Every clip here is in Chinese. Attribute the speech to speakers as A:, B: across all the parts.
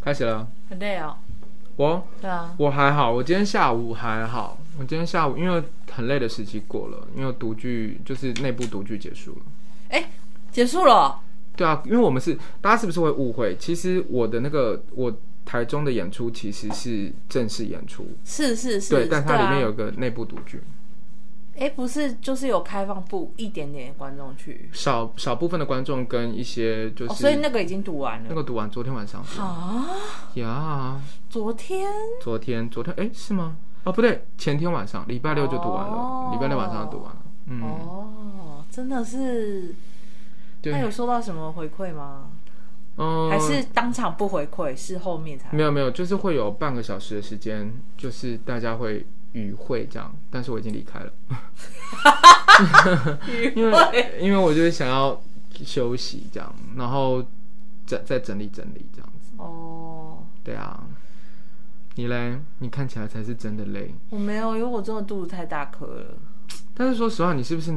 A: 开始了。
B: 很累哦。
A: 我
B: 对啊，
A: 我还好，我今天下午还好。我今天下午因为很累的时期过了，因为独剧就是内部独剧结束了。
B: 哎，结束了。
A: 对啊，因为我们是大家是不是会误会？其实我的那个我台中的演出其实是正式演出，
B: 是是是，
A: 对，但它里面有
B: 啊，
A: 个内部独剧，
B: 哎，不是，就是有开放部一点点观众去，
A: 少少部分的观众跟一些就
B: 哦，
A: 是、
B: 所以那个已经读完
A: 那
B: 了
A: 个读完昨天晚上
B: 啊。
A: 呀
B: 昨天
A: 昨天昨天哎是吗？哦不对，前天晚上礼拜六就读完了
B: 哦，
A: 礼、拜六晚上就读完了，嗯，
B: 哦，真的是，
A: 对
B: 那，有收到什么回馈吗？
A: 嗯
B: 还是当场不回馈，是后面才
A: 没有没有，就是会有半个小时的时间，就是大家会与会这样，但是我已经离开 了，因为因为我就是想要休息这样，然后再再整理整理这样子。
B: 哦，
A: 对啊，你嘞？你看起来才是真的累，
B: 我没有，因为我真的肚子太大颗了。
A: 但是说实话，你是不是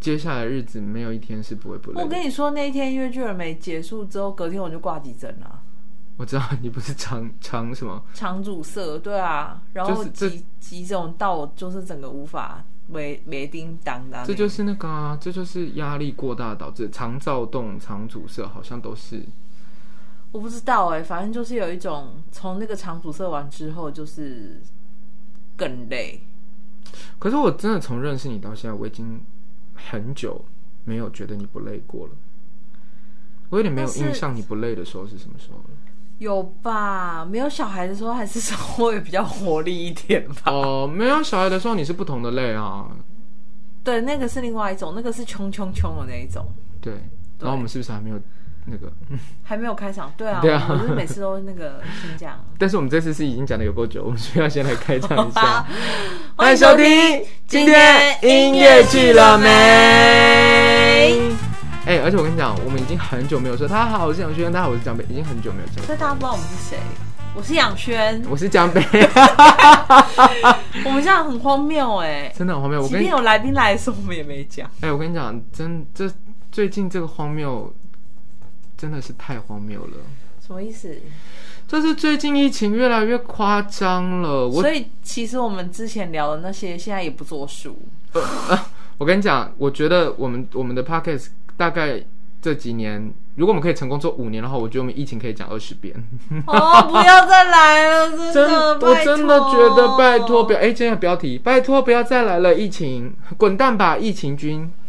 A: 接下来的日子没有一天是不会不累
B: 我
A: 的？
B: 跟你说，那一天音乐剧人没结束之后，隔天我就挂急诊了，
A: 我知道你不是 常常什么，
B: 肠阻塞，对啊，然后
A: 就是这
B: 急急诊到我就是整个无法没没叮当当，
A: 这就是那个啊，这就是压力过大导致肠躁动、肠阻塞，好像都是。
B: 我不知道哎、反正就是有一种从那个肠阻塞完之后就是更累，
A: 可是我真的从认识你到现在，我已经很久没有觉得你不累过了。我有点没有
B: 但是
A: 印象，你不累的时候是什么时候了？
B: 有吧？没有小孩的时候还是稍微比较活力一点吧。
A: 哦，没有小孩的时候你是不同的累啊，
B: 对，那个是另外一种，那个是冲冲冲的那一种，
A: 对。然后我们是不是还没有那个？
B: 还没有开场。对啊，
A: 对啊
B: 我就是每次都那个先 讲。
A: 但是我们这次是已经讲的有够久，我们需要先来开场一
B: 好
A: 下
B: 吧。
A: 欢迎收听
B: 今天音乐剧了没？
A: 哎、而且我跟你讲，我们已经很久没有说大家好，我是蒋轩，大家好，我是蒋北，已经很久没有见
B: 所以大家不知道我们是谁。我是杨轩，
A: 我是蒋北，
B: 我们这样很荒谬哎、
A: 真的很荒谬。我
B: 即
A: 跟你
B: 便有来宾来的时候，我们也没讲。
A: 哎、我跟你讲，真这最近这个荒谬真的是太荒谬了。
B: 什么意思？
A: 就是最近疫情越来越夸张了，我
B: 所以其实我们之前聊的那些，现在也不作 数。
A: 我跟你讲，我觉得我们我们的 podcast 大概这几年，如果我们可以成功做五年的话，我觉得我们疫情可以讲二十遍。
B: 哦，不要再来了，真
A: 真
B: 的，
A: 我真的觉得拜托不
B: 不
A: 要，哎、今天的标题，拜托不要再来了，疫情，滚蛋吧，疫情君，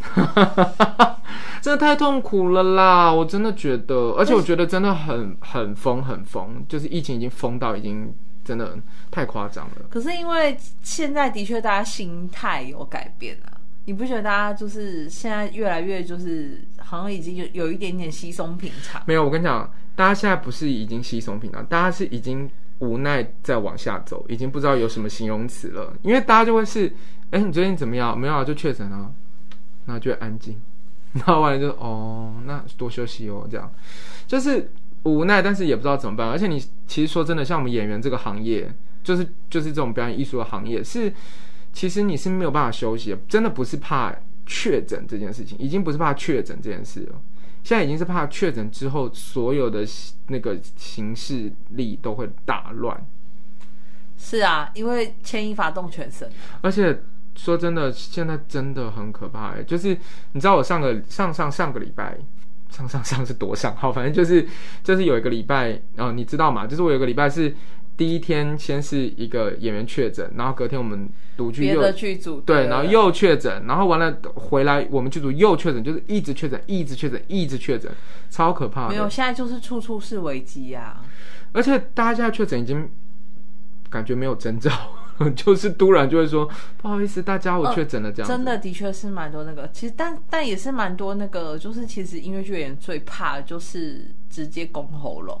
A: 真的太痛苦了啦，我真的觉得，而且我觉得真的很很疯，很疯，就是疫情已经疯到已经真的太夸张了。
B: 可是因为现在的确大家心态有改变啊，你不觉得大家就是现在越来越就是好像已经有有一点点稀松平常？
A: 没有，我跟你讲，大家现在不是已经稀松平常，大家是已经无奈在往下走，已经不知道有什么形容词了，因为大家就会是，哎、你最近怎么样？没有啊，就确诊啊，然后就会安静， 然后完了就哦，那多休息哦，这样，就是无奈，但是也不知道怎么办。而且你其实说真的，像我们演员这个行业，就是就是这种表演艺术的行业，是其实你是没有办法休息的，真的不是怕确诊这件事情，已经不是怕确诊这件事了。现在已经是怕确诊之后，所有的那个形势力都会大乱。
B: 是啊，因为牵一发动全身。
A: 而且说真的，现在真的很可怕、欸。就是你知道，我上个上上上个礼拜，上上上是多上，好，反正就是就是有一个礼拜，哦，你知道吗？就是我有一个礼拜是第一天，先是一个演员确诊，然后隔天我们独居
B: 别
A: 又
B: 的剧组
A: 对，然后又确诊，然后完了回来，我们剧组又确诊，就是一直确诊，一直确诊，一直确诊，超可怕的。
B: 没有，现在就是处处是危机啊。
A: 而且大家现在确诊已经感觉没有征兆， 就是突然就会说不好意思，大家我确诊了这样、
B: 哦真，的的确是蛮多那个，其实但但也是蛮多那个，就是其实音乐剧演员最怕的就是直接拱喉咙，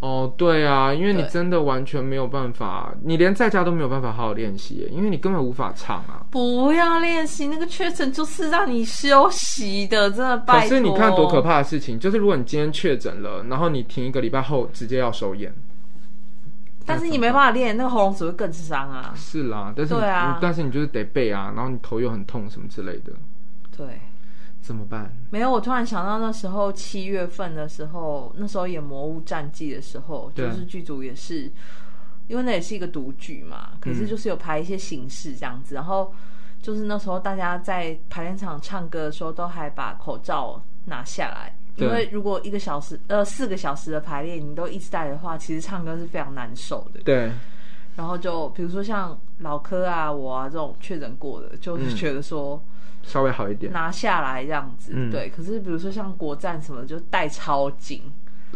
A: 哦，对啊，因为你
B: 对
A: 真的完全没有办法，你连在家都没有办法好好练习耶，因为你根本无法唱啊。
B: 不要练习那个确诊就是让你休息的，真的
A: 可
B: 拜托。
A: 是你看多可！怕的事情，就是如果你今天确诊了，然后你停一个礼拜后直接要收演，
B: 但是你没办法练，那个喉咙只会更伤啊。
A: 是啦，但是你
B: 对啊
A: 但是你就是得背啊，然后你头又很痛什么之类的，
B: 对，
A: 怎么办？
B: 没有，我突然想到那时候七月份的时候，那时候演《魔物战记》的时候，
A: 对
B: 就是剧组也是，因为那也是一个独剧嘛，
A: 嗯
B: 可是就是有排一些形式这样子，然后就是那时候大家在排练场唱歌的时候，都还把口罩拿下来。因
A: 对
B: 为如果一个小时呃四个小时的排练你都一直戴的话，其实唱歌是非常难受的。
A: 对，
B: 然后就比如说像老柯啊、我啊这种确诊过的，
A: 嗯
B: 就是觉得说，
A: 稍微好一点。
B: 拿下来这样子，
A: 嗯
B: 对。可是比如说像国战什么，就戴超紧，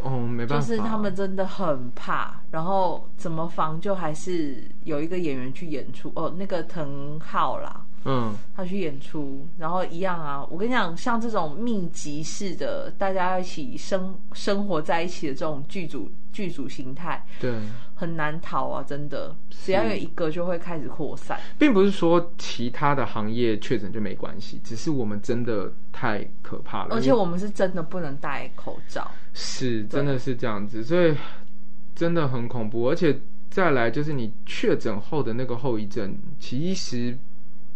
A: 哦，没办法，
B: 就是他们真的很怕。然后怎么防，就还是有一个演员去演出，哦，那个滕浩啦，
A: 嗯，
B: 他去演出，然后一样啊。我跟你讲，像这种密集式的，大家一起生生活在一起的这种剧组剧组形态，
A: 对，
B: 很难逃啊，真的。只要有一个，就会开始扩散。
A: 并不是说其他的行业确诊就没关系，只是我们真的太可怕了，
B: 而
A: 因
B: 且
A: 为
B: 我们是真的不能戴口罩。
A: 是真的是这样子，所以真的很恐怖。而且再来就是你确诊后的那个后遗症，其实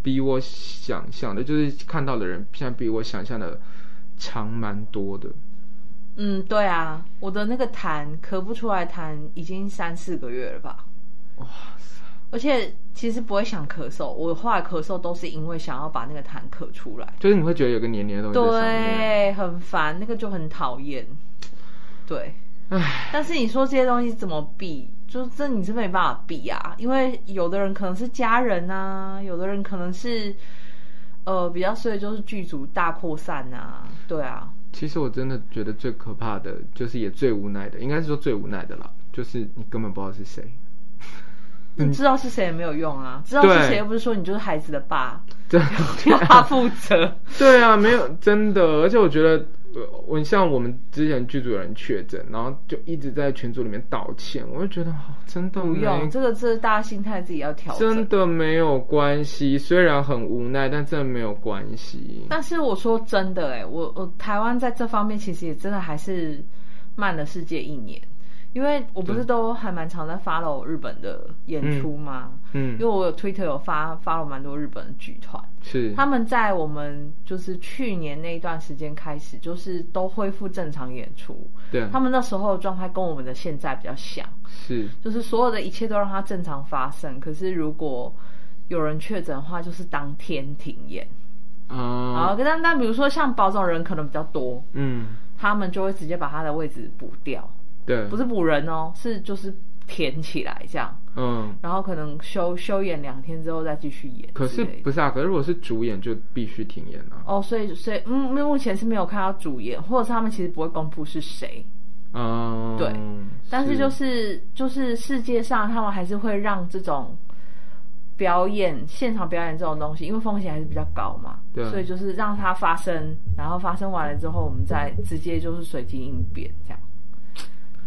A: 比我想象的，就是看到的人现在比我想象的长蛮多的。
B: 嗯，对啊，我的那个痰咳不出来痰已经三四个月了吧？
A: 哇塞，
B: 而且其实不会想咳嗽，我后来咳嗽都是因为想要把那个痰咳出来，
A: 就是你会觉得有个黏黏的东西在上面。
B: 对，很烦，那个就很讨厌。对，
A: 唉，
B: 但是你说这些东西怎么避？就这你是没办法避啊，因为有的人可能是家人啊，有的人可能是呃比较衰的就是剧组大扩散啊，对啊，
A: 其实我真的觉得最可怕的，就是也最无奈的，应该是说最无奈的啦，就是你根本不知道是谁。
B: 你知道是谁也没有用啊，知道是谁
A: 嗯对
B: 又不是说你就是孩子的爸，
A: 对，
B: 要他负责。
A: 对啊，没有真的，而且我觉得，呃我像我们之前剧组有人确诊，然后就一直在群组里面道歉，我就觉得哦，真的
B: 不
A: 没
B: 用，这个这是大家心态自己要调
A: 真
B: 整。
A: 的没有关系，虽然很无奈，但真的没有关系。
B: 但是我说真的、欸，哎，我我台湾在这方面其实也真的还是慢了世界一年，因为我不是都还蛮常在 follow 日本的演出吗？
A: 嗯
B: 因为，我有 Twitter 有发 follow 蛮多日本的剧团，
A: 是，
B: 他们在我们就是去年那一段时间开始，就是都恢复正常演出，
A: 对，
B: 他们那时候的状态跟我们的现在比较像。
A: 是，
B: 就是所有的一切都让它正常发生。可是如果有人确诊的话，就是当天停演。
A: 啊、
B: 好，但但比如说像保种人可能比较多，
A: 嗯，
B: 他们就会直接把他的位置补掉，
A: 对，
B: 不
A: 是，
B: 是补人哦，是就是填起来这样，
A: 嗯，
B: 然后可能休休演两天之后再继续演
A: 可
B: 之
A: 是
B: 类的。
A: 不是啊？可是如果是主演就必须停演啊。
B: 哦，所以所以嗯，目前是没有看到主演，或者是他们其实不会公布是谁，
A: 嗯，
B: 哦对，但是就是就是世界上他们还是会让这种表演现场表演这种东西，因为风险还是比较高嘛，
A: 对
B: 所以就是让它发生，然后发生完了之后，我们再直接就是随机应变这样。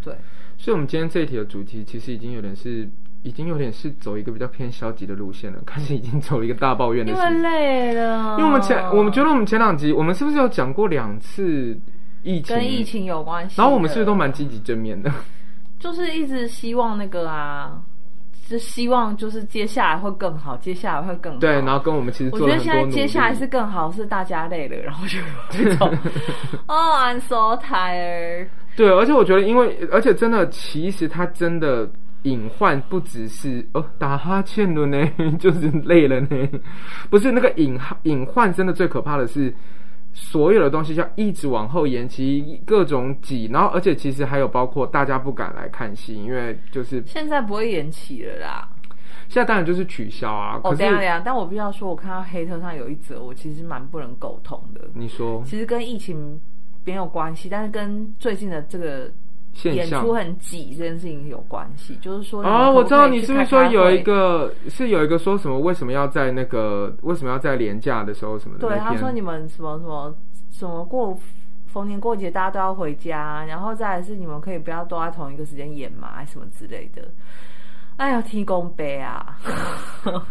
B: 对，
A: 所以，我们今天这一题的主题其实已经有点是，已经有点是走一个比较偏消极的路线了，开始已经走一个大抱怨的
B: 因
A: 事
B: 为
A: 情。
B: 累了，
A: 因为我们前，我们觉得我们前两集，我们是不是有讲过两次疫情？
B: 跟疫。情有关系的，
A: 然后我们是不是都蛮积极正面的？
B: 就是一直希望那个啊，就希望就是接下来会更好，接下来会更好，
A: 对，然后跟我们其实
B: 我
A: 做
B: 觉
A: 了
B: 得
A: 很
B: 现
A: 多努力。
B: 在接下来是更好，是大家累了，然后就有 这种，Oh I'm so tired。
A: 对，而且我觉得，因为而且真的，其实它真的隐患不只是哦打哈欠了呢， 就是累了呢，不是那个隐隐患真的最可怕的是。所有的东西要一直往后延期，各种挤，然后而且其实还有包括大家不敢来看戏，因为就是
B: 现在不会延期了啦。
A: 现在当然就是取消啊。
B: 哦，
A: 可
B: 等一下等一
A: 是
B: 下，但我必须要说，我看到黑特上有一则，我其实蛮不能苟同的。
A: 你说
B: 其实跟疫情没有关系，但是跟最近的这个
A: 现
B: 演
A: 象
B: 出很挤这件事情有关系。就是说们
A: 哦，
B: 可
A: 我
B: 可
A: 知道
B: 以
A: 你
B: 去
A: 是不是
B: 开
A: 说
B: 开
A: 有一
B: 会
A: 个是有一个说什么为什么要在那个为什么要在廉价的时候什么的那
B: 对，
A: 篇？
B: 他说你们什么什么什么过逢年过节大家都要回家，然后再来是你们可以不要都在同一个时间演嘛，什么之类的。 哎呦，提供杯啊！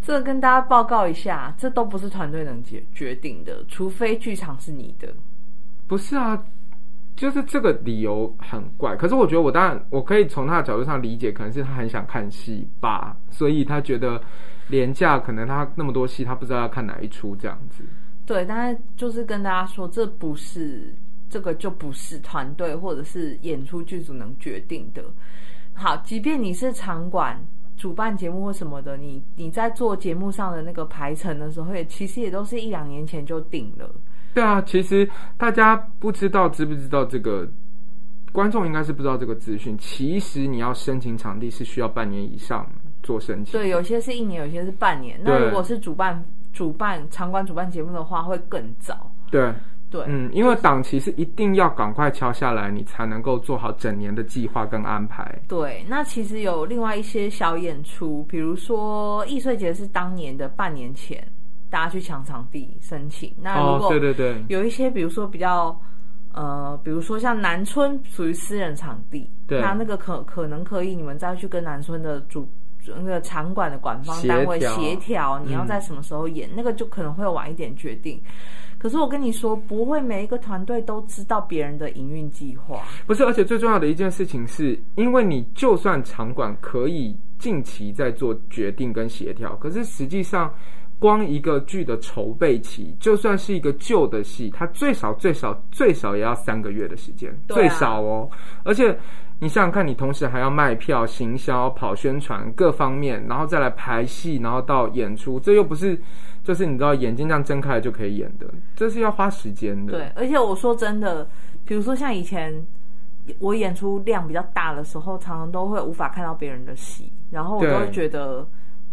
B: 这跟大家报告一下，这都不是团队能决决定的，除非剧场是你的。
A: 不是啊，就是这个理由很怪。可是我觉得，我当然我可以从他的角度上理解，可能是他很想看戏吧，所以他觉得廉价，可能他那么多戏，他不知道要看哪一出这样子。
B: 对，但是就是跟大家说，这不是这个就不是团队或者是演出剧组能决定的。好，即便你是场馆主办节目或什么的，你你在做节目上的那个排程的时候，也其实也都是一两年前就定了。
A: 对啊，其实大家不知道知不知道这个，观众应该是不知道这个资讯。其实你要申请场地是需要半年以上做申请。
B: 对，有些是一年，有些是半年。那
A: 对
B: 如果是主办主办场馆主办节目的话，会更早。
A: 对，
B: 对，
A: 嗯，因为档期是一定要赶快敲下来，你才能够做好整年的计划跟安排。
B: 对，那其实有另外一些小演出，比如说易碎节是当年的半年前，大家去抢场地申请。那如
A: 哦，
B: 果
A: 对对对，
B: 有一些，比如说比较呃，比如说像南村属于私人场地，
A: 对
B: 那那个可可能可以，你们再去跟南村的主。那个场馆的管方单位
A: 协调嗯
B: 协调，你要在什么时候演，那个就可能会晚一点决定。可是我跟你说，不会每一个团队都知道别人的营运计划。
A: 不是，而且最重要的一件事情是，因为你就算场馆可以近期在做决定跟协调，可是实际上。光一个剧的筹备期，就算是一个旧的戏，它最少最少最少也要三个月的时间，
B: 对啊
A: 最少哦。而且你想想看，你同时还要卖票、行销、跑宣传各方面，然后再来排戏，然后到演出，这又不是就是你知道眼睛这样睁开来就可以演的，这是要花时间的。
B: 对，而且我说真的，比如说像以前我演出量比较大的时候，常常都会无法看到别人的戏，然后我
A: 对嗯
B: 都会觉得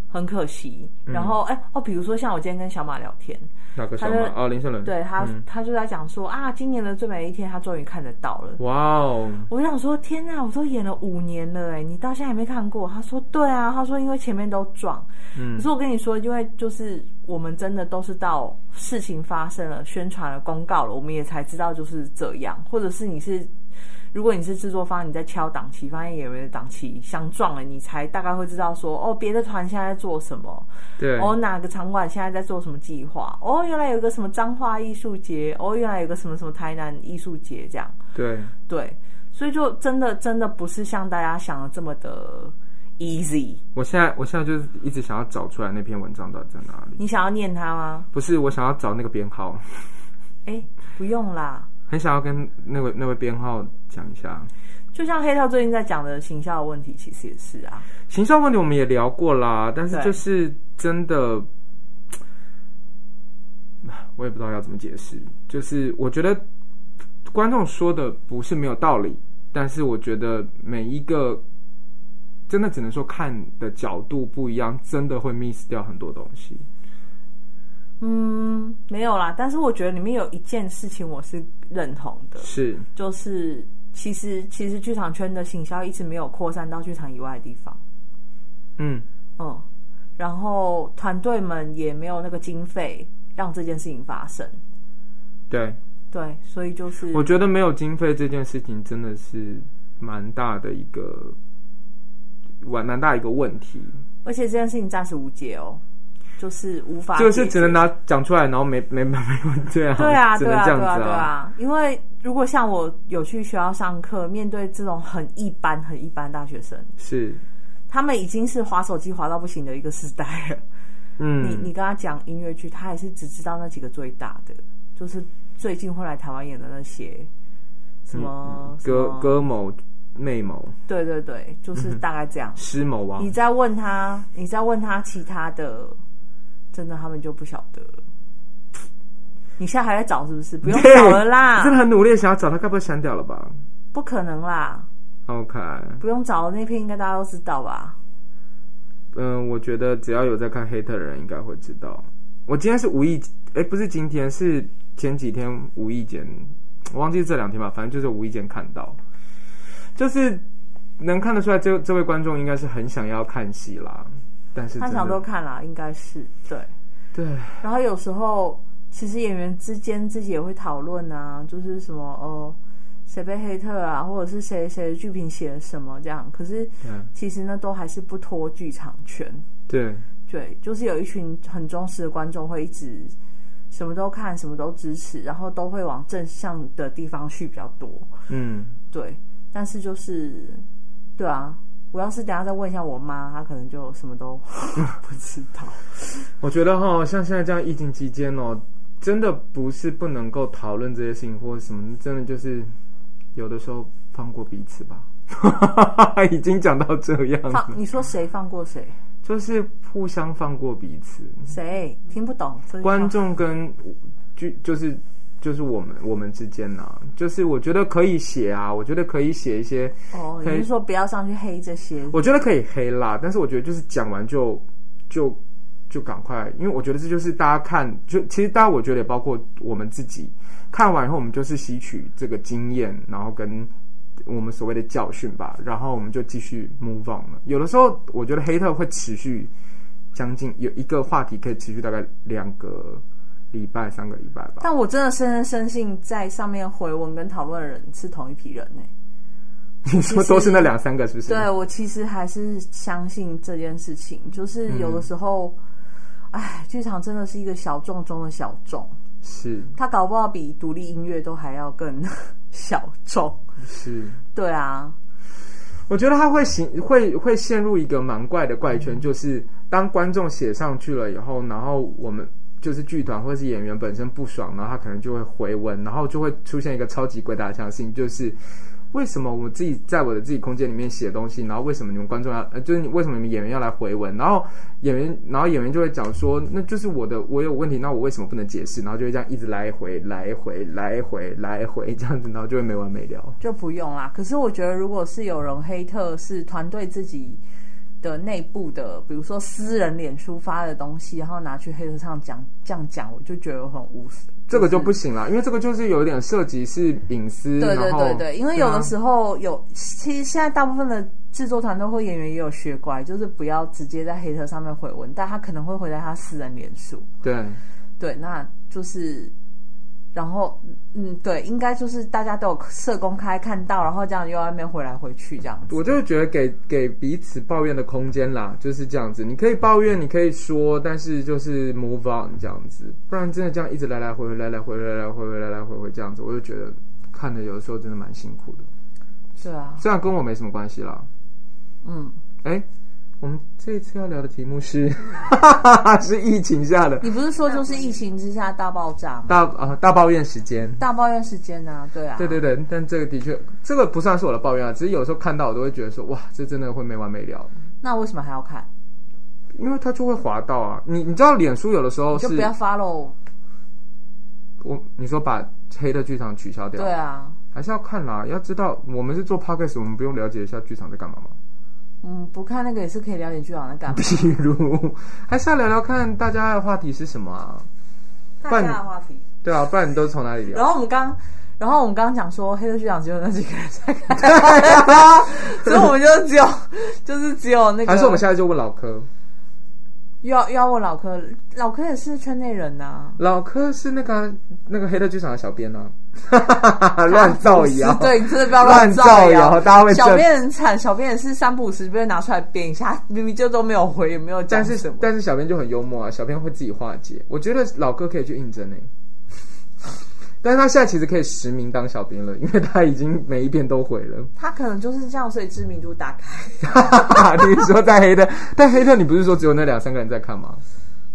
B: 很可惜。然后哎、哦，比如说像我今天跟小马聊天，
A: 哪个小
B: 他
A: 马
B: 就？
A: 哦，林胜伦。
B: 对他、
A: 嗯
B: 他就在讲说啊，今年的最美的一天，他终于看得到了。
A: 哇哦，
B: 我想说，天呐，我都演了五年了，哎，你到现在还没看过？他说，对啊，他说因为前面都撞，
A: 嗯
B: 可是我跟你说，因为就是我们真的都是到事情发生了、宣传了、公告了，我们也才知道就是这样，或者是你是。如果你是制作方，你在敲档期，发现演员的档期相撞了，你才大概会知道说，哦，别的团现在在做什么，
A: 对，
B: 哦，哪个场馆现在在做什么计划，哦，原来有一个什么彰化艺术节，哦，原来有个什么什么台南艺术节，这样，
A: 对，
B: 对，所以就真的真的不是像大家想的这么的 easy。
A: 我现在我现在就是一直想要找出来那篇文章到底在哪里。
B: 你想要念它吗？
A: 不是，我想要找那个编号，
B: 哎，不用啦。
A: 很想要跟那位那位编号讲一下。
B: 就像黑套最近在讲的行销的问题，其实也是啊，
A: 行销问题我们也聊过啦，但是
B: 对
A: 就是真的，我也不知道要怎么解释。就是我觉得观众说的不是没有道理，但是我觉得每一个真的只能说看的角度不一样，真的会 miss 掉很多东西。
B: 嗯，没有啦。但是我觉得里面有一件事情我是认同的，
A: 是，
B: 就是其实其实剧场圈的行销一直没有扩散到剧场以外的地方，
A: 嗯，
B: 嗯，然后团队们也没有那个经费让这件事情发生，
A: 对。
B: 对，所以就是
A: 我觉得没有经费这件事情真的是蛮大的一个，蛮蛮大一个问题，
B: 而且这件事情暂时无解哦，就是无法
A: 就是
B: 解
A: 只
B: 决
A: 能拿讲出来，然后没没没没问对啊，
B: 对啊，
A: 只
B: 对
A: 能
B: 啊，
A: 这样
B: 对
A: 子
B: 啊，对啊。因为如果像我有去学校上课，面对这种很一般、很一般的大学生，
A: 是，
B: 他们已经是滑手机滑到不行的一个时代了。你
A: 嗯，
B: 你跟他讲音乐剧，他还是只知道那几个最大的，就是最近会来台湾演的那些什么什
A: 哥
B: 么
A: 哥某妹某
B: 对对对，就是大概这样。
A: 师某啊王
B: 你，再问他，你再问他其他的，真的他们就不晓得了。你现在还在找是不是？不 用找了啦，
A: 真的很努力地想要找他，该不会删掉了吧
B: 不可能啦。
A: ？OK，
B: 不用找的那篇应该大家都知道吧？
A: 嗯，我觉得只要有在看黑特的人应该会知道。我今天是无意，哎，不是今天，是前几天无意间，我忘记是这两天吧，反正就是无意间看到，就是能看得出来这这位观众应该是很想要看戏啦，但是
B: 他
A: 真
B: 想都
A: 的
B: 看啦，应该是对。
A: 对，
B: 然后有时候其实演员之间自己也会讨论啊，就是什么哦，谁被黑特啊，或者是谁谁的剧评写了什么这样。可是
A: 嗯，
B: 其实呢，都还是不脱剧场圈。
A: 对，
B: 对，就是有一群很忠实的观众会一直什么都看，什么都支持，然后都会往正向的地方去比较多。
A: 嗯，
B: 对，但是就是，对啊，我要是等一下再问一下我妈，她可能就 什么都不知道。
A: 嗯我觉得哈，像现在这样疫情期间哦，真的不是不能够讨论这些事情或者什么，真的就是有的时候放过彼此吧。 已经讲到这样了，
B: 放你说谁放过谁？
A: 就是互相放过彼此。
B: 谁听不懂？这句话
A: 观众跟就就是就是我们我们之间呢、啊就是我觉得可以写啊，我觉得可以写一些，
B: 哦，你
A: 可以
B: 是说不要上去黑这些？
A: 我觉得可以黑啦，但是我觉得就是讲完就就就赶快，因为我觉得这就是大家看，就其实大家我觉得也包括我们自己看完以后，我们就是吸取这个经验，然后跟。我们所谓的教训吧，然后我们就继续 move on 了。有的时候，我觉得黑特会持续将近有一个话题可以持续大概两个礼拜、三个礼拜吧。
B: 但我真的深深深信，在上面回文跟讨论的人是同一批人呢、
A: 你说都是那两三个，是不是？
B: 对我其实还是相信这件事情，就是有
A: 嗯
B: 的时候，哎、剧场真的是一个小众中的小众，
A: 是
B: 它搞不好比独立音乐都还要更 小众。
A: 是，
B: 对啊，
A: 我觉得他会形会会陷入一个蛮怪的怪圈，就是当观众写上去了以后，然后我们就是剧团或是演员本身不爽，然后他可能就会回文，然后就会出现一个超级鬼打墙的事情，就是。为什么我自己在我的自己空间里面写东西，然后为什么你们观众要，呃，就是你为什么你们演员要来回文，然后演员，然后演员就会讲说，那就是我的，我有问题，那我为什么不能解释？然后就会这样一直来回来回来回来回这样子，然后就会没完没了。
B: 就不用啦。可是我觉得，如果是有人黑特是团队自己的内部的，比如说私人脸书发的东西，然后拿去黑特上讲，这样讲，我就觉得我很无私。
A: 这个就不行了，因为这个就是有点涉及是隐私，
B: 嗯对对
A: 然后啊
B: 对对，因为有的
A: 候
B: 时候有，其实现在大部分的制作团队或演员也有学乖，就是不要直接在黑特上面回文，但他可能会回在他私人脸书。
A: 对
B: 对，那就是，然后嗯，对，应该就是大家都有社公开看到，然后这样又在那边回来回去这样子。
A: 我就是觉得给给彼此抱怨的空间啦，就是这样子。你可以抱怨，你可以说，但是就是 move on 这样子，不然真的这样一直来来回回来来回回来来回回来来回回这样子，我就觉得看的有的时候真的蛮辛苦的。
B: 对啊，
A: 虽然跟我没什么关系啦，
B: 嗯，
A: 哎，我们这一次要聊的题目是， 是疫情下的
B: 你不是说就是疫情之下大爆炸吗？
A: 大呃大抱怨时间。
B: 大抱怨时间啊，对啊，
A: 对对对，但这个的确，这个不算是我的抱怨啊，只是有时候看到我都会觉得说，哇，这真的会没完没了，
B: 那为什么还要看？
A: 因为它就会滑到啊。你你知道，脸书有的时候
B: 你
A: 是
B: 就不要 follow，
A: 我你说把黑的剧场取消掉，
B: 对啊，
A: 还是要看啦。要知道，我们是做 podcast，我们不用了解一下剧场在干嘛 吗？
B: 嗯，不看那个也是可以了解剧场在干嘛。
A: 比如，还是要聊聊看大家的话题是什么啊？
B: 大家的话题。
A: 对啊，不然你都是从哪里聊
B: 然？后我们刚，然后我们刚刚讲说黑色剧场只有那几个人在 看， 所以我们就只有就是只有那个。
A: 啊还是我们现在就问老柯？
B: 又要又要问老柯，老柯也是圈内人呐、
A: 老柯是那个啊、那个黑的剧场的小编 呢、啊，乱造谣。
B: 对，你真的不要
A: 乱造
B: 造
A: 谣大家会
B: 小
A: 震
B: 编很惨，小编也是三不五时被拿出来编一下，明明就都没有回，也没有讲
A: 但是
B: 什么。
A: 但是小编就很幽默啊，小编会自己化解。我觉得老哥可以去应征哎、 但是他现在其实可以实名当小编了，因为他已经每一遍都回了。
B: 他可能就是这样，所以知名度大开。
A: 你是说在黑的，但黑的你不是说只有那两三个人在看吗？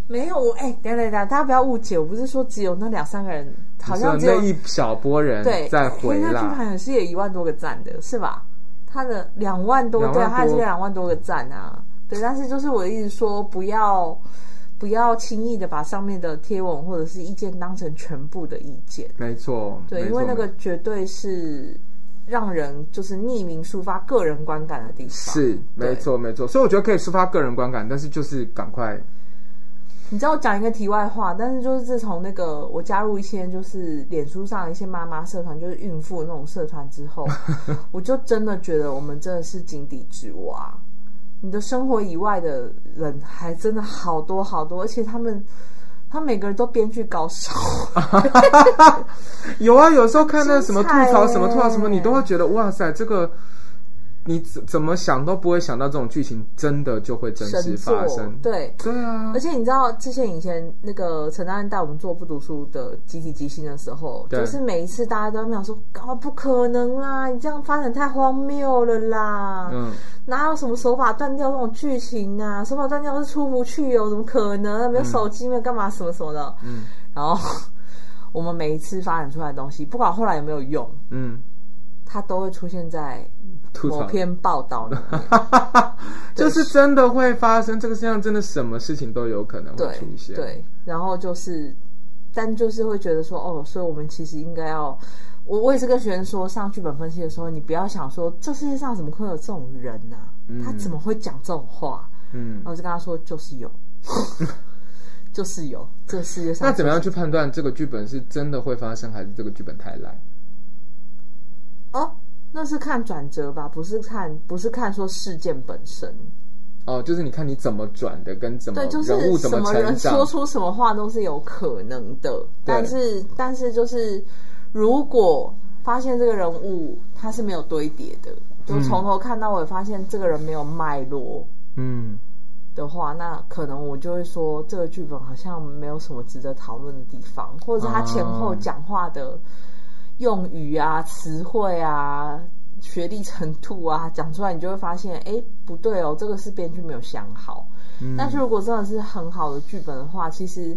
B: 没有我，哎、等一下等一下，大家不要误解，我不是说只有那两三个人，好像
A: 你
B: 只
A: 说
B: 有
A: 那一小波人
B: 对
A: 在回
B: 那剧
A: 啦。
B: 团也是有一万多个赞的，是吧？他的两万多，
A: 两万
B: 对，啊他也是
A: 多
B: 两万多个赞啊。对，但是就是我一直说，不要不要轻易的把上面的贴文或者是意见当成全部的意见，
A: 没错，
B: 对，
A: 没
B: 因
A: 错
B: 为那个绝对是让人就是匿名抒发个人观感的地方。
A: 是没
B: 对
A: 错没错，所以我觉得可以抒发个人观感，但是就是赶快
B: 你知道我讲一个题外话，但是就是自从那个我加入一些就是脸书上一些妈妈社团，就是孕妇那种社团 之后，我就真的觉得我们真的是井底之蛙。你的生活以外的人还真的好多好多，而且他们他每个人都编剧高 手，
A: 有啊，有时候看那什么吐槽
B: 精彩耶
A: 什么吐槽什么，你都会觉得哇塞，这个你怎怎么想都不会想到这种剧情真的就会真实
B: 神
A: 发
B: 作
A: 生。
B: 对。
A: 对啊
B: 而，且你知道，之前以前那个陈大安带我们做不读书的集体集训的时候，
A: 对
B: 就是每一次大家都在想说，哦，不可能啦，你这样发展太荒谬了啦，
A: 嗯，
B: 哪有什么手法断掉那种剧情啊？手法断掉是出不去哦，怎么可能？没有手机，没有干嘛什么什么的。
A: 嗯，
B: 然后 我们每一次发展出来的东西，不管后来有没有用，
A: 嗯，
B: 它都会出现在
A: 吐
B: 某
A: 槽，
B: 篇报道里面。
A: 就是真的会发生，这个世界上真的什么事情都有可能会
B: 对
A: 出现，
B: 对，然后就是，但就是会觉得说，哦，所以我们其实应该要，我我也是跟学生说，上剧本分析的时候，你不要想说这世界上怎么会有这种人呐、他怎么会讲这种话？
A: 嗯
B: 然，后我就跟他说，就是 有，就是有，这世界上
A: 那怎么
B: 就是
A: 样去判断这个剧本是真的会发生，还是这个剧本太烂？
B: 哦，那是看转折吧，不是看不是看说事件本身。
A: 哦，就是你看你怎么转的，跟怎么
B: 对，就是
A: 哦人物怎
B: 什么
A: 成
B: 人说
A: 长，
B: 出什么话都是有可能的，但是但是就是如果发现这个人物他是没有堆叠的，就从头看到尾发现这个人没有脉络
A: 嗯，
B: 的话，那可能我就会说这个剧本好像没有什么值得讨论的地方，或者是他前后
A: 哦
B: 讲话的用语啊、词汇啊。学历程度啊，讲出来你就会发现，哎、不对哦，这个是编剧没有想好。
A: 嗯
B: 但是如果真的是很好的剧本的话，其实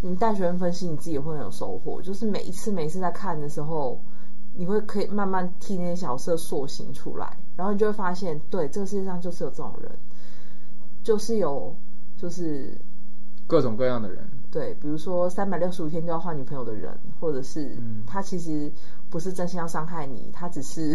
B: 你带学生分析，你自己也会很有收获。就是每一次每一次在看的时候，你会可以慢慢替那些角色塑形出来，然后你就会发现，对，这个世界上就是有这种人，就是有，就是
A: 各种各样的人，
B: 对，比如说三百六十五天就要换女朋友的人，或者是他其实不是真心要伤害你，他只是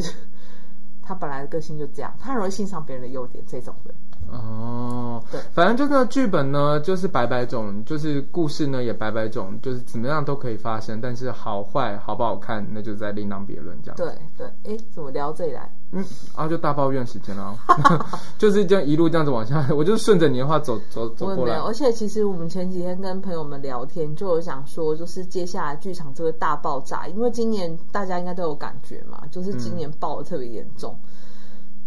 B: 他本来的个性就这样，他很容易欣赏别人的优点这种的。
A: 哦，
B: 对
A: 反正这个剧本呢，就是百百种，就是故事呢也百百种，就是怎么样都可以发生，但是好坏好不好看，那就再另当别论这样。
B: 对，对，哎，怎么聊这里来？
A: 嗯，啊，就大抱怨时间 了，就是这样一路这样子往下，我就顺着你的话走走走
B: 我也
A: 过
B: 没
A: 来
B: 有，。而且其实我们前几天跟朋友们聊天，就有想说，就是接下来剧场这个大爆炸，因为今年大家应该都有感觉嘛，就是今年爆的特别严重，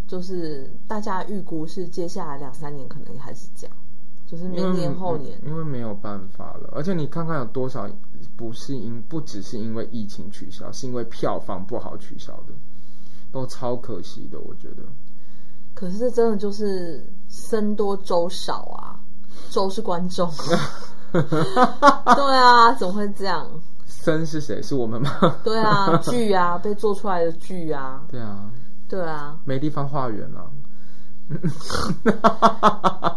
B: 就是大家预估是接下来两三年可能也还是这样，就是
A: 因
B: 明
A: 为
B: 年后年，
A: 因为没有办法了，而且你看看有多少不是因不只是因为疫情取消，是因为票房不好取消的，都超可惜的，我觉得。
B: 可是这真的就是僧多粥少啊，粥是 观众，对啊，怎么会这样？
A: 森是谁？是我们吗？
B: 对啊，剧啊，被做出来的剧啊，
A: 对啊，
B: 对啊，
A: 没地方化缘了。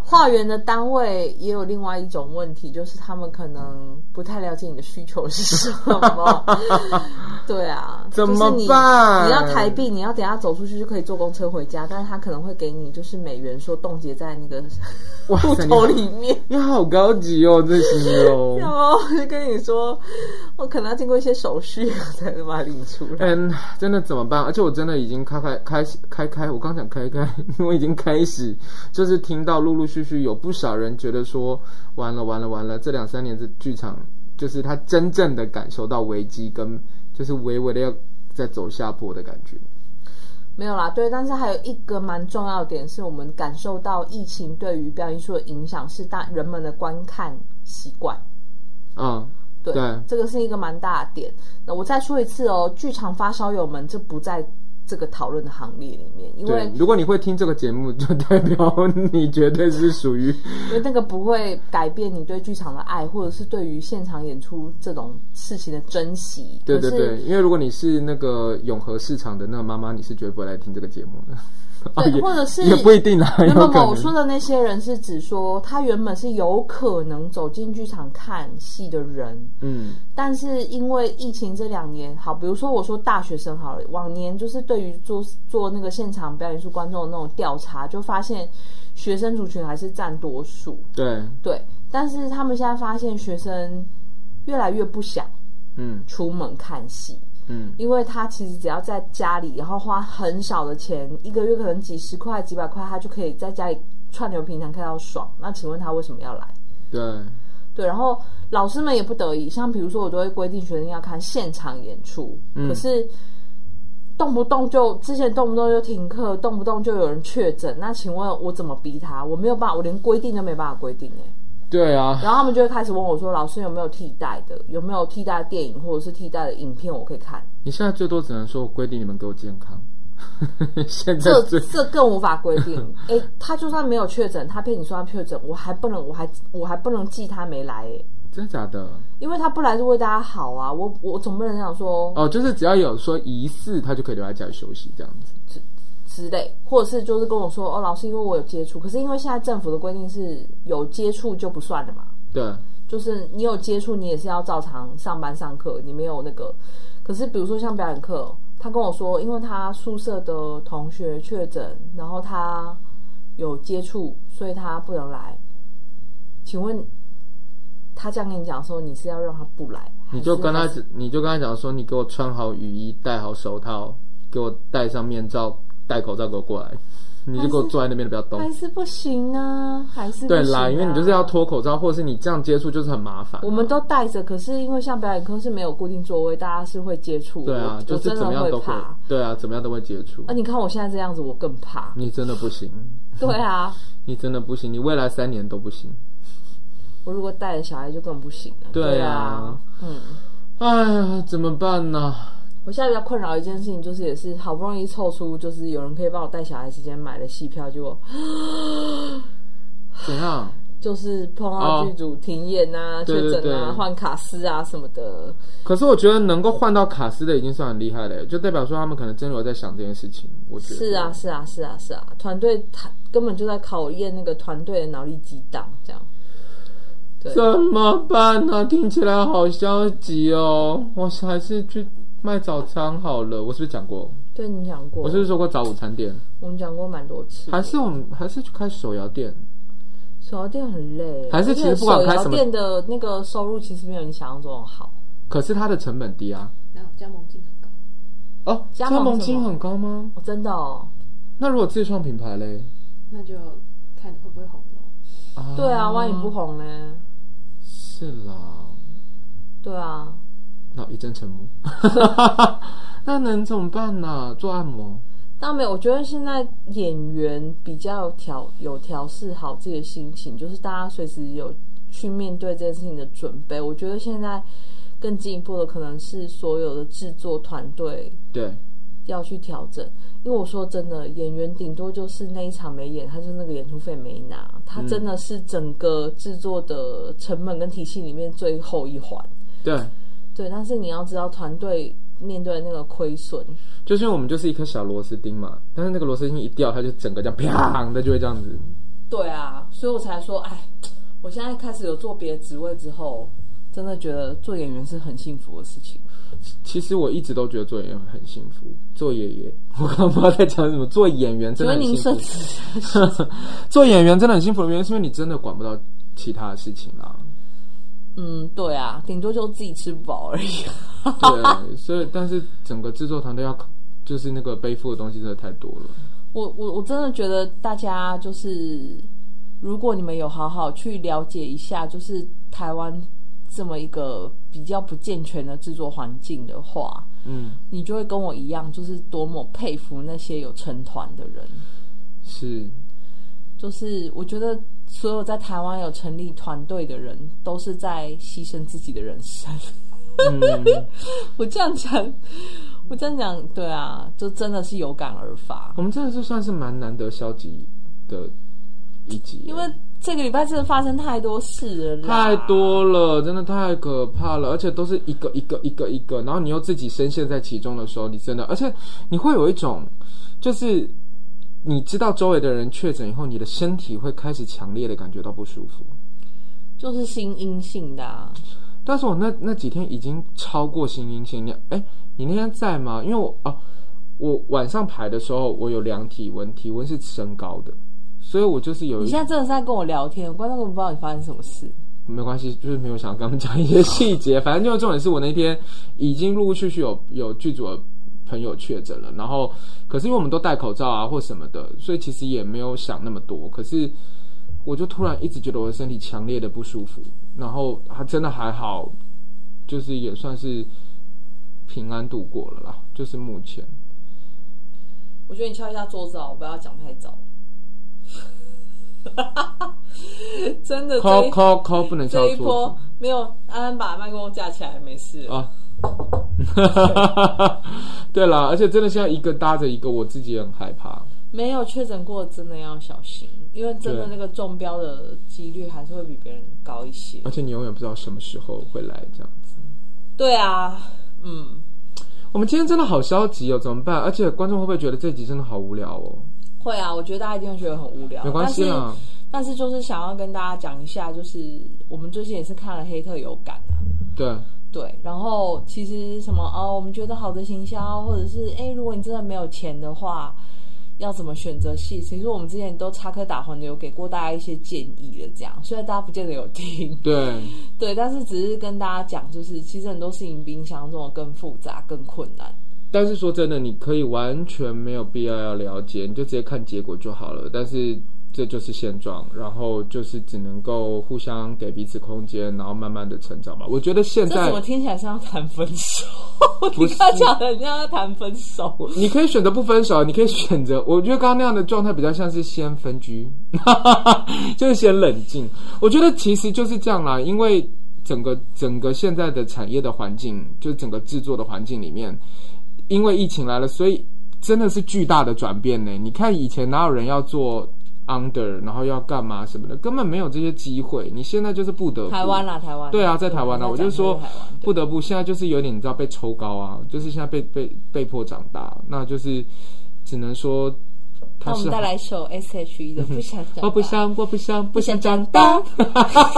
B: 化缘的单位也有另外一种问题，就是他们可能不太了解你的需求是什 么。对啊，
A: 怎么
B: 就是你
A: 办
B: 你要台币，你要等一下走出去就可以坐公车回家，但是他可能会给你就是美元，说冻结在那 个
A: 哇
B: 户
A: 塞，你
B: 头
A: 好
B: 里面。
A: 你好高级哦，这形容
B: 然。后我就跟你说，我可能要经过一些手续我才能把它领出来。
A: 嗯，真的怎么办？而且我真的已经开开开始开开，我刚讲开开，我已经开始就是听到陆陆续续有不少人觉得说，完了完了完了，这两三年这剧场就是他真正的感受到危机跟就是微微的要在走下坡的感觉。
B: 没有啦，对，但是还有一个蛮重要的点，是我们感受到疫情对于表演艺术的影响是大人们的观看习惯。
A: 嗯，
B: 对，
A: 对
B: 这个是一个蛮大的点。那我再说一次哦，剧场发烧友们，这不在这个讨论的行列里面，因为
A: 对，如果你会听这个节目，就代表你绝对是属于
B: 因为那个不会改变你对剧场的爱，或者是对于现场演出这种事情的珍惜。
A: 对对
B: 可是
A: 对，因为如果你是那个永和市场的那个妈妈，你是绝对不会来听这个节目的。哦
B: 对
A: 也
B: 或者是
A: 也不一定啦，
B: 那
A: 有可
B: 么
A: 能
B: 我说的那些人是指说，他原本是有可能走进剧场看戏的人，
A: 嗯
B: 但是因为疫情这两年，好，比如说我说大学生好了，往年就是对于做做那个现场表演艺术观众的那种调查，就发现学生族群还是占多数，
A: 对，
B: 对。但是他们现在发现学生越来越不想
A: 嗯
B: 出门看戏，
A: 嗯
B: 因为他其实只要在家里，然后花很少的钱，一个月可能几十块、几百块，他就可以在家里串流平台看到爽。那请问他为什么要来？
A: 对，
B: 对，然后老师们也不得已，像比如说我都会规定学生要看现场演出，可是动不动就之前动不动就停课，动不动就有人确诊，那请问我怎么逼他？我没有办法，我连规定都没办法规定哎、
A: 对啊，
B: 然后他们就会开始问我说，老师有没有替代的？有没有替代的电影或者是替代的影片我可以看？
A: 你现在最多只能说我规定你们给我健 康，现在
B: 这
A: 最
B: 这更无法规定。哎，他就算没有确诊，他骗你说他确诊，我还不能，我还我还不能记他没来哎、
A: 真的假的？
B: 因为他不来是为大家好啊，我我总不能想说
A: 哦，就是只要有说疑似，他就可以留在家里休息这样子。
B: 之类，或者是就是跟我说哦，老师，因为我有接触，可是因为现在政府的规定是有接触就不算了嘛，
A: 对，
B: 就是你有接触，你也是要照常上班上课，你没有那个。可是比如说像表演课，他跟我说，因为他宿舍的同学确诊，然后他有接触，所以他不能来。请问他这样跟你讲的时候，你是要让他不来，
A: 你就
B: 还是
A: 跟他
B: 还是，
A: 你就跟他讲说，你给我穿好雨衣，戴好手套，给我戴上面罩，戴口罩给我过来，你就给我坐在那边不要动
B: 还。是不行啊，还是不
A: 对
B: 行啊
A: 啦，因为你就是要脱口罩，或者是你这样接触就是很麻烦啊、
B: 我们都带着，可是因为像表演课是没有固定座位，大家是会接触。
A: 对啊
B: 我，
A: 就
B: 我
A: 是
B: 真
A: 怎么
B: 的
A: 样
B: 会
A: 都会
B: 怕。，
A: 对啊，怎么样都会接触。
B: 啊，。你看我现在这样子，我更怕
A: 你真的不行，
B: 对啊，
A: 你真的不行，你未来三年都不行。
B: 我如果带着小孩就更不行了。
A: 对啊
B: 对啊，嗯，
A: 哎呀，怎么办呢？
B: 我现在比较困扰一件事情，就是也是好不容易凑出，就是有人可以帮我带小孩时间买的戏票，结果
A: 怎样？
B: 就是碰到
A: 哦
B: 剧组停演啊、
A: 对
B: 确
A: 哦对
B: 诊啊、
A: 对
B: 换卡司啊什么的。
A: 可是我觉得能够换到卡斯的已经算很厉害了，就代表说他们可能真的有在想这件事情。我觉得
B: 是啊，，是啊，是啊，是啊，团队他根本就在考验那个团队的脑力激荡，这样。对。
A: 怎么办呢、听起来好消极哦。我还是去卖早餐好了。我是不是讲过？
B: 对你讲过，
A: 我是不是说过找午餐店？
B: 我们讲过蛮多次的。
A: 还是我们还是去开手摇店？
B: 手摇店很累，
A: 还是其实
B: 而且
A: 不管开什
B: 手
A: 么
B: 摇店的那个收入其实没有你想象中的好。
A: 可是它的成本低啊。
C: 然后加盟金很高，
A: 哦，
B: 加
A: 加
B: 盟
A: 盟
B: 什
A: 金
B: 么
A: 很高吗？
B: 哦，真的哦，
A: 那如果自创品牌嘞？
C: 那就看会不会红咯。
A: 啊
B: 对啊，万一不红呢？
A: 是啦。
B: 对啊，
A: 那一阵沉 默。那能怎么办呢、做按摩？
B: 但没有，我觉得现在演员比较调有调试好自己的心情，就是大家随时有去面对这件事情的准备。我觉得现在更进一步的可能是所有的制作团队
A: 对，
B: 要去调整，因为我说真的，演员顶多就是那一场没演，他就是那个演出费没拿，他
A: 嗯
B: 真的是整个制作的成本跟体系里面最后一环。
A: 对，
B: 对，但是你要知道团队面对那个亏损，
A: 就是因为我们就是一颗小螺丝钉嘛，但是那个螺丝钉一掉，它就整个这样啪，它就会这样子。
B: 对啊，所以我才说，哎，我现在开始有做别的职位之后，真的觉得做演员是很幸福的事情。
A: 其实我一直都觉得做演员很幸福，做演员， 我刚刚不知道在讲什么，做演员真
B: 请
A: 的
B: 问
A: 很
B: 您
A: 幸
B: 是
A: 福。 做演员真的很幸福的原因，是因为你真的管不到其他的事情啦。
B: 嗯，对啊，顶多就自己吃不饱而已。
A: 对，所以但是整个制作团队要就是那个背负的东西真的太多了。
B: 我我我真的觉得大家就是，如果你们有好好去了解一下，就是台湾这么一个比较不健全的制作环境的话，
A: 嗯，
B: 你就会跟我一样，就是多么佩服那些有成团的人。
A: 是，
B: 就是我觉得所有在台湾有成立团队的人，都是在牺牲自己的人生。
A: 嗯。
B: 我这样讲，我这样讲，对啊，就真的是有感而发。
A: 我们真的是算是蛮难得消极的一集，
B: 因为这个礼拜真的发生太多事了啦，
A: 太多了，真的太可怕了，而且都是一个一个一个一个，然后你又自己深陷在其中的时候，你真的，而且你会有一种，就是你知道周围的人确诊以后，你的身体会开始强烈的感觉到不舒服。
B: 就是心阴性的、啊，
A: 但是我那那几天已经超过新阴性量。哎，你那天在吗？因为我哦，我晚上排的时候，我有量体温，体温是升高的，所以我就是有一
B: 你现在真的是在跟我聊天，观众根本不知道你发生什么事。
A: 没关系，就是没有想要跟他们讲一些细节。反正就是重点是我那天已经陆陆续续有有剧组的朋友确诊了，然后可是因为我们都戴口罩啊或什么的，所以其实也没有想那么多。可是我就突然一直觉得我的身体强烈的不舒服，然后还真的还好，就是也算是平安度过了啦。就是目前
B: 我觉得你敲一下桌子啊，我不要讲太 早。真的，这
A: 抠
B: 一
A: 抠抠不能敲
B: 这一
A: 桌
B: 波 没有安安把麦克风架起来，没事
A: 子
B: 了。
A: 啊。对啦，而且真的现在一个搭着一个，我自己也很害怕。
B: 没有确诊过，真的要小心，因为真的
A: 对
B: 那个中标的几率还是会比别人高一些。
A: 而且你永远不知道什么时候会来这样子。
B: 对啊，嗯，
A: 我们今天真的好消极哦，怎么办？而且观众会不会觉得这集真的好无聊哦？
B: 会啊，我觉得大家一定会觉得很无聊，
A: 没关系啊啦，
B: 但是但是就是想要跟大家讲一下，就是我们最近也是看了《黑特有感》啊，
A: 对，
B: 对，然后其实什么哦，我们觉得好的行销，或者是哎，如果你真的没有钱的话，要怎么选择系？其实我们之前都插科打诨的有给过大家一些建议的，这样虽然大家不见得有听，
A: 对，
B: 对，但是只是跟大家讲，就是其实很多事情比你想象中的更复杂、更困难。
A: 但是说真的，你可以完全没有必要要了解，你就直接看结果就好了。但是这就是现状，然后就是只能够互相给彼此空间，然后慢慢的成长吧。我觉得现
B: 这
A: 在
B: 怎么听起来像要谈分手？我
A: 不
B: 听
A: 是
B: 他讲的，人家要谈分手。
A: 你可以选择不分手，你可以选择。我觉得刚刚那样的状态比较像是先分居， 就是先冷静。我觉得其实就是这样啦，因为整个整个现在的产业的环境，就是整个制作的环境里面，因为疫情来了，所以真的是巨大的转变呢。你看以前哪有人要做 under，然后要干嘛什么的，根本没有这些机会。你现在就是不得不
B: 台湾啦、台湾。
A: 对啊，在台湾啊，
B: 对
A: 我就说
B: 在台湾对
A: 不得不现在就是有点你知道被抽高啊，就是现在被被被迫长大，那就是只能说
B: 那
A: 他
B: 我们
A: 是
B: 再来一首 S.H.E 的《不想长大》。
A: 我不想我不想不
B: 不
A: 想
B: 想
A: 长
B: 长
A: 大。
B: 大。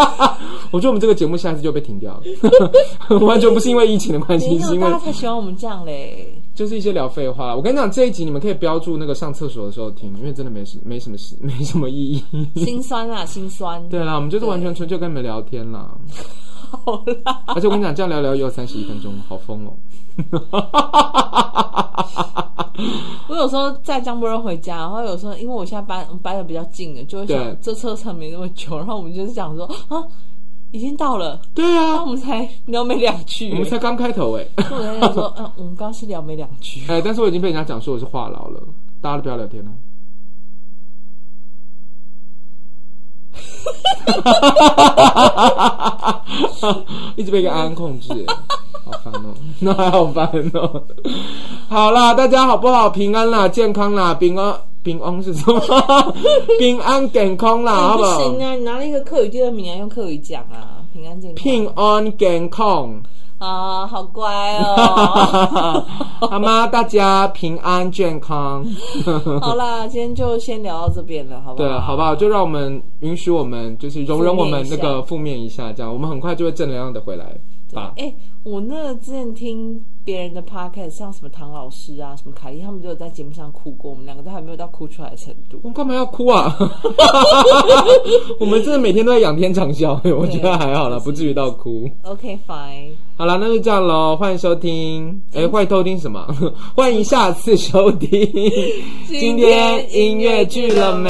A: 我觉得我们这个节目下次就被停掉 了，完全不是因为疫情的关
B: 没
A: 系，是
B: 有，
A: 因
B: 大
A: 为
B: 家才喜欢我们这样嘞。
A: 就是一些聊废话。我跟你讲，这一集你们可以标注那个上厕所的时候听，因为真的没什没什么 没什么意义。
B: 心酸啊，心酸。
A: 对啦，我们就是完全纯粹跟你们聊天啦。
B: 好啦，
A: 而且我跟你讲，这样聊聊也有三十一分钟，好疯哦。
B: 我有时候载张伯伦回家，然后有时候因为我现在搬搬的比较近了，就会
A: 对
B: 想这车程没那么久，然后我们就是想说啊，已经到了，
A: 对
B: 然
A: 啊
B: 后我，们才聊没两句，
A: 我们才刚开头哎、
B: 所 以我在想说，嗯，我们刚刚是聊没两 句，
A: 哎、但是我已经被人家讲说我是话痨了，大家都不要聊天了。 一直被一个安安控制，好烦哦， 那还好烦哦。好啦，大家好不好？平安啦，健康啦，平安平安是什么？ 平安健康啦，好
B: 你不
A: 好？
B: 行啊，你拿了一个课语第二名啊，用课语讲啊，平安健康。
A: 平安健康，
B: 啊，好 乖哦。
A: 好吗？大家平安健康。
B: 好啦，今天就先聊到这边了，好不好？
A: 对，啊好不好？就让我们允许我们，就是容忍我们那个负面一下，这样我们很快就会正能量的回来吧。
B: 哎、我那之前听别人的 podcast，像什么唐老师啊、什么凯莉，他们都有在节目上哭过，我们两个都还没有到哭出来的程度
A: 我。们干嘛要哭啊？我们真的每天都在仰天长啸，我觉得还好啦，不至于到哭。
B: OK fine，
A: 好啦，那就这样喽。欢迎收听，哎，欢迎偷听什么？ 欢迎下次收听。今天音乐剧了没？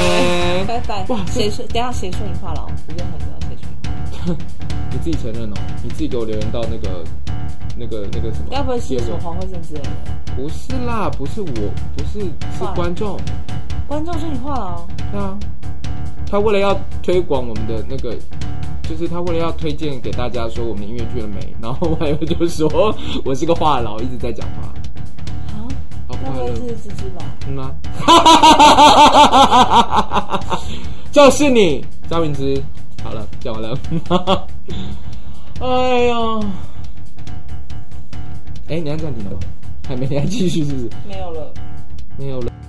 B: 拜拜。哇，谁说？等一下谁说你话痨？我就很知道谁说你话痨。
A: 你自己承认哦，你自己给我留言到那个、那个、那个什么？
B: 该不会是什么黄慧珍之类的？
A: 不是啦，不是我，不是是
B: 哇
A: 观众。
B: 观众说你话哦痨，
A: 对啊，他为了要推广我们的那个，就是他为了要推荐给大家说我们的音乐剧了没，然后还有就说我是个话痨，一直在讲话，
B: 啊，
A: 好
B: 该
A: 不
B: 不
A: 快
B: 会
A: 乐，
B: 是芝芝吧？
A: 嗯 吗？就是你，张敏之。好了， 讲完了。哎呀，哎，你按暂停了吗？还没，你还继续是不是？
B: 没有了。
A: 没有了。